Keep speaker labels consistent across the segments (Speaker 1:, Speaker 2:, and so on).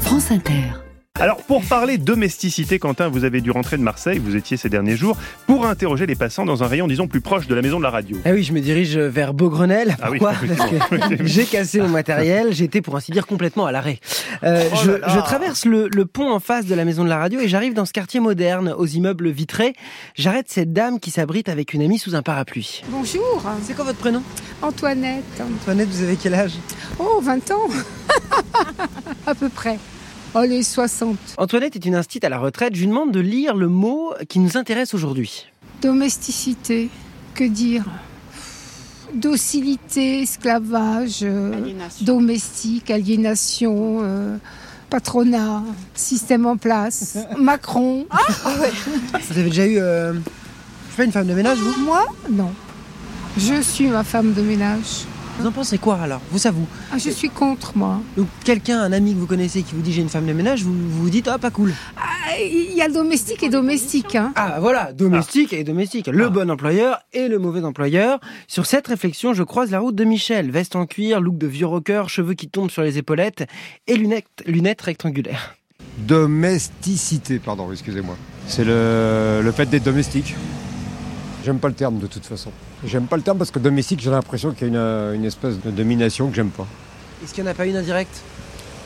Speaker 1: France Inter.
Speaker 2: Alors, pour parler domesticité, Quentin, vous avez dû rentrer de Marseille, vous étiez ces derniers jours, pour interroger les passants dans un rayon, disons, plus proche de la maison de la radio.
Speaker 3: Ah oui, je me dirige vers Beaugrenelle.
Speaker 2: Ah oui,
Speaker 3: Pourquoi
Speaker 2: effectivement.
Speaker 3: Parce que j'ai cassé mon matériel, j'étais pour ainsi dire complètement à l'arrêt. Euh,
Speaker 2: Oh
Speaker 3: je,
Speaker 2: là là.
Speaker 3: je traverse le, le pont en face de la maison de la radio et j'arrive dans ce quartier moderne, aux immeubles vitrés. J'arrête cette dame qui s'abrite avec une amie sous un parapluie.
Speaker 4: Bonjour,
Speaker 3: C'est quoi votre prénom
Speaker 4: Antoinette.
Speaker 3: Antoinette, vous avez quel âge
Speaker 4: Oh, 20 ans À peu près. Oh, les 60.
Speaker 3: Antoinette est une instite à la retraite. Je lui demande de lire le mot qui nous intéresse aujourd'hui.
Speaker 4: Domesticité, que dire Docilité, esclavage, euh, domestique, aliénation, euh, patronat, système en place, Macron.
Speaker 3: Vous avez déjà eu... euh, Je fais une femme de ménage, vous
Speaker 4: Moi Non. Je suis ma femme de ménage.
Speaker 3: Vous en pensez quoi alors Vous, ça vous
Speaker 4: Ah, je suis contre, moi.
Speaker 3: Donc quelqu'un, un ami que vous connaissez qui vous dit j'ai une femme de ménage, vous vous vous dites ah pas cool.
Speaker 4: Ah, Il y a domestique et domestique, hein
Speaker 3: Ah voilà, domestique et domestique. Le bon employeur et le mauvais employeur. Sur cette réflexion, je croise la route de Michel. Veste en cuir, look de vieux rocker, cheveux qui tombent sur les épaulettes et lunettes, lunettes rectangulaires.
Speaker 5: Domesticité, pardon, excusez-moi. C'est le, le fait d'être domestique. J'aime pas le terme de toute façon. J'aime pas le terme parce que domestique, j'ai l'impression qu'il y a une, euh, une espèce de domination que j'aime pas.
Speaker 3: Est-ce qu'il n'y en a pas une indirecte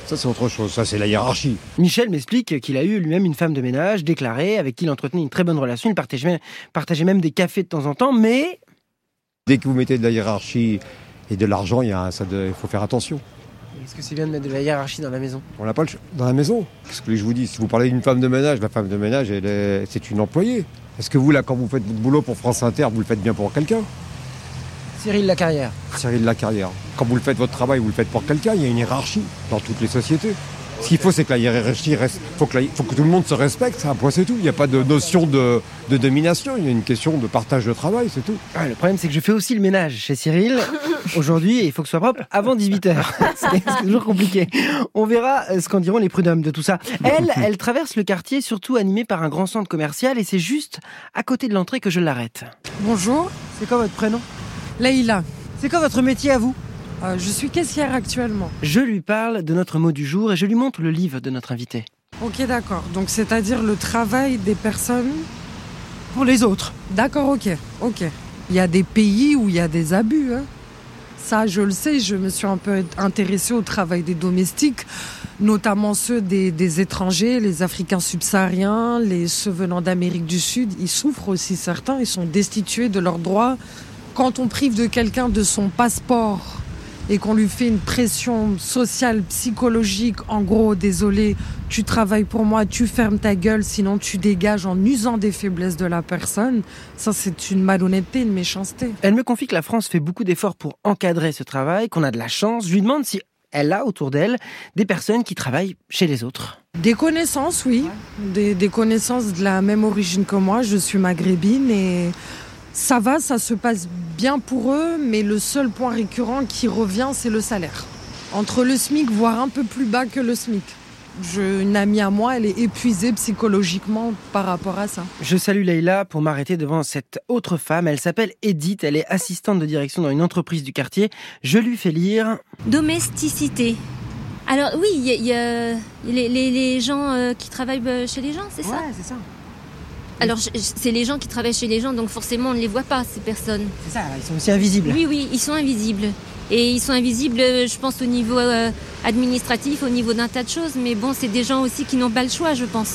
Speaker 5: Ça, c'est autre chose. Ça, c'est la hiérarchie.
Speaker 3: Michel m'explique qu'il a eu lui-même une femme de ménage déclarée, avec qui il entretenait une très bonne relation. Il partageait même, partageait même des cafés de temps en temps, mais
Speaker 5: Dès que vous mettez de la hiérarchie et de l'argent, il y a un- ça de- il faut faire attention.
Speaker 3: est-ce que c'est bien de mettre de la hiérarchie dans la maison
Speaker 5: On n'a pas le choix. Dans la maison. Qu'est-ce que je vous dis Si vous parlez d'une femme de ménage, la femme de ménage, elle est- c'est une employée. Est-ce que vous, là, quand vous faites votre boulot pour France Inter, vous le faites bien pour quelqu'un
Speaker 3: Cyril la carrière.
Speaker 5: Cyril de la carrière. Quand vous le faites votre travail, vous le faites pour quelqu'un, il y a une hiérarchie dans toutes les sociétés. Ce qu'il faut, c'est que la hiérarchie reste. Faut que la- faut que tout le monde se respecte, c'est un point, c'est tout. Il n'y a pas de notion de, de domination, il y a une question de partage de travail, c'est tout.
Speaker 3: Ouais, Ah, le problème, c'est que je fais aussi le ménage chez Cyril aujourd'hui et il faut que ce soit propre avant 18h. C'est c'est toujours compliqué. On verra euh, ce qu'en diront les prud'hommes de tout ça. Elle, elle traverse le quartier, surtout animée par un grand centre commercial et c'est juste à côté de l'entrée que je l'arrête.
Speaker 6: Bonjour,
Speaker 3: C'est quoi votre prénom
Speaker 6: Leïla.
Speaker 3: C'est quoi votre métier à vous
Speaker 6: Euh, je suis caissière actuellement.
Speaker 3: Je lui parle de notre mot du jour et je lui montre le livre de notre invité.
Speaker 6: Ok, d'accord. Donc, c'est-à-dire le travail des personnes.
Speaker 3: Pour les autres.
Speaker 6: D'accord, ok, ok. Il y a des pays où il y a des abus. hein. Ça, je le sais, je me suis un peu intéressée au travail des domestiques, notamment ceux des, des étrangers, les Africains subsahariens, les ceux venant d'Amérique du Sud. Ils souffrent aussi certains, ils sont destitués de leurs droits. Quand on prive de quelqu'un de son passeport et qu'on lui fait une pression sociale, psychologique, en gros, désolé, tu travailles pour moi, tu fermes ta gueule, sinon tu dégages en usant des faiblesses de la personne, ça c'est une malhonnêteté, une méchanceté.
Speaker 3: Elle me confie que la France fait beaucoup d'efforts pour encadrer ce travail, qu'on a de la chance. Je lui demande si elle a autour d'elle des personnes qui travaillent chez les autres.
Speaker 6: Des connaissances, oui. Des, des connaissances de la même origine que moi. Je suis maghrébine et ça va, ça se passe bien pour eux, mais le seul point récurrent qui revient, c'est le salaire. Entre le SMIC, voire un peu plus bas que le SMIC. Je, une amie à moi, elle est épuisée psychologiquement par rapport à ça.
Speaker 3: Je salue Leïla pour m'arrêter devant cette autre femme. Elle s'appelle Edith, elle est assistante de direction dans une entreprise du quartier. Je lui fais lire.
Speaker 7: Domesticité. Alors oui, il y a- il y a les, les- les gens euh, qui travaillent euh, chez les gens, c'est ça
Speaker 6: c'est ça.
Speaker 7: Alors je- je- c'est les gens qui travaillent chez les gens, donc forcément on ne les voit pas, ces personnes.
Speaker 3: C'est ça, ils Ah, sont aussi invisibles.
Speaker 7: Oui, oui, ils sont invisibles. Et ils sont invisibles, euh, je pense, au niveau euh, administratif, au niveau d'un tas de choses, mais bon, c'est des gens aussi qui n'ont pas le choix, je pense.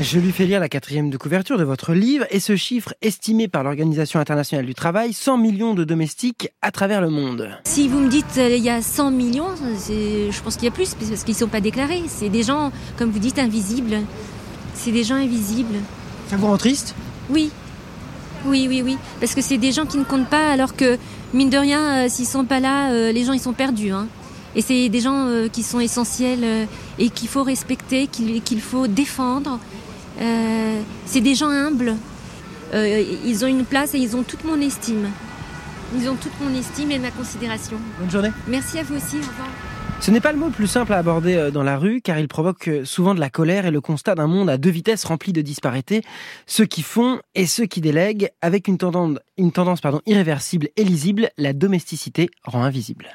Speaker 3: Je lui fais lire la quatrième de couverture de votre livre et ce chiffre estimé par l'Organisation internationale du travail, 100 millions de domestiques à travers le monde.
Speaker 7: Si vous me dites euh, il y a 100 millions, c'est- je pense qu'il y a plus, parce qu'ils ne sont pas déclarés. C'est des gens, comme vous dites, invisibles. C'est des gens invisibles.
Speaker 3: Ça vous rend triste
Speaker 7: Oui, oui, oui, oui. Parce que c'est des gens qui ne comptent pas, alors que, mine de rien, euh, s'ils sont pas là, euh, les gens, ils sont perdus. hein. Et c'est des gens euh, qui sont essentiels euh, et qu'il faut respecter, qu'il qu'il faut défendre. Euh, c'est des gens humbles. Euh, ils ont une place et ils ont toute mon estime. Ils ont toute mon estime et ma considération.
Speaker 3: Bonne journée.
Speaker 7: Merci à vous aussi. Au revoir.
Speaker 3: Ce n'est pas le mot le plus simple à aborder euh, dans la rue, car il provoque euh, souvent de la colère et le constat d'un monde à deux vitesses rempli de disparités, ceux qui font et ceux qui délèguent, avec une tendance, une tendance pardon, irréversible et lisible, la domesticité rend invisible.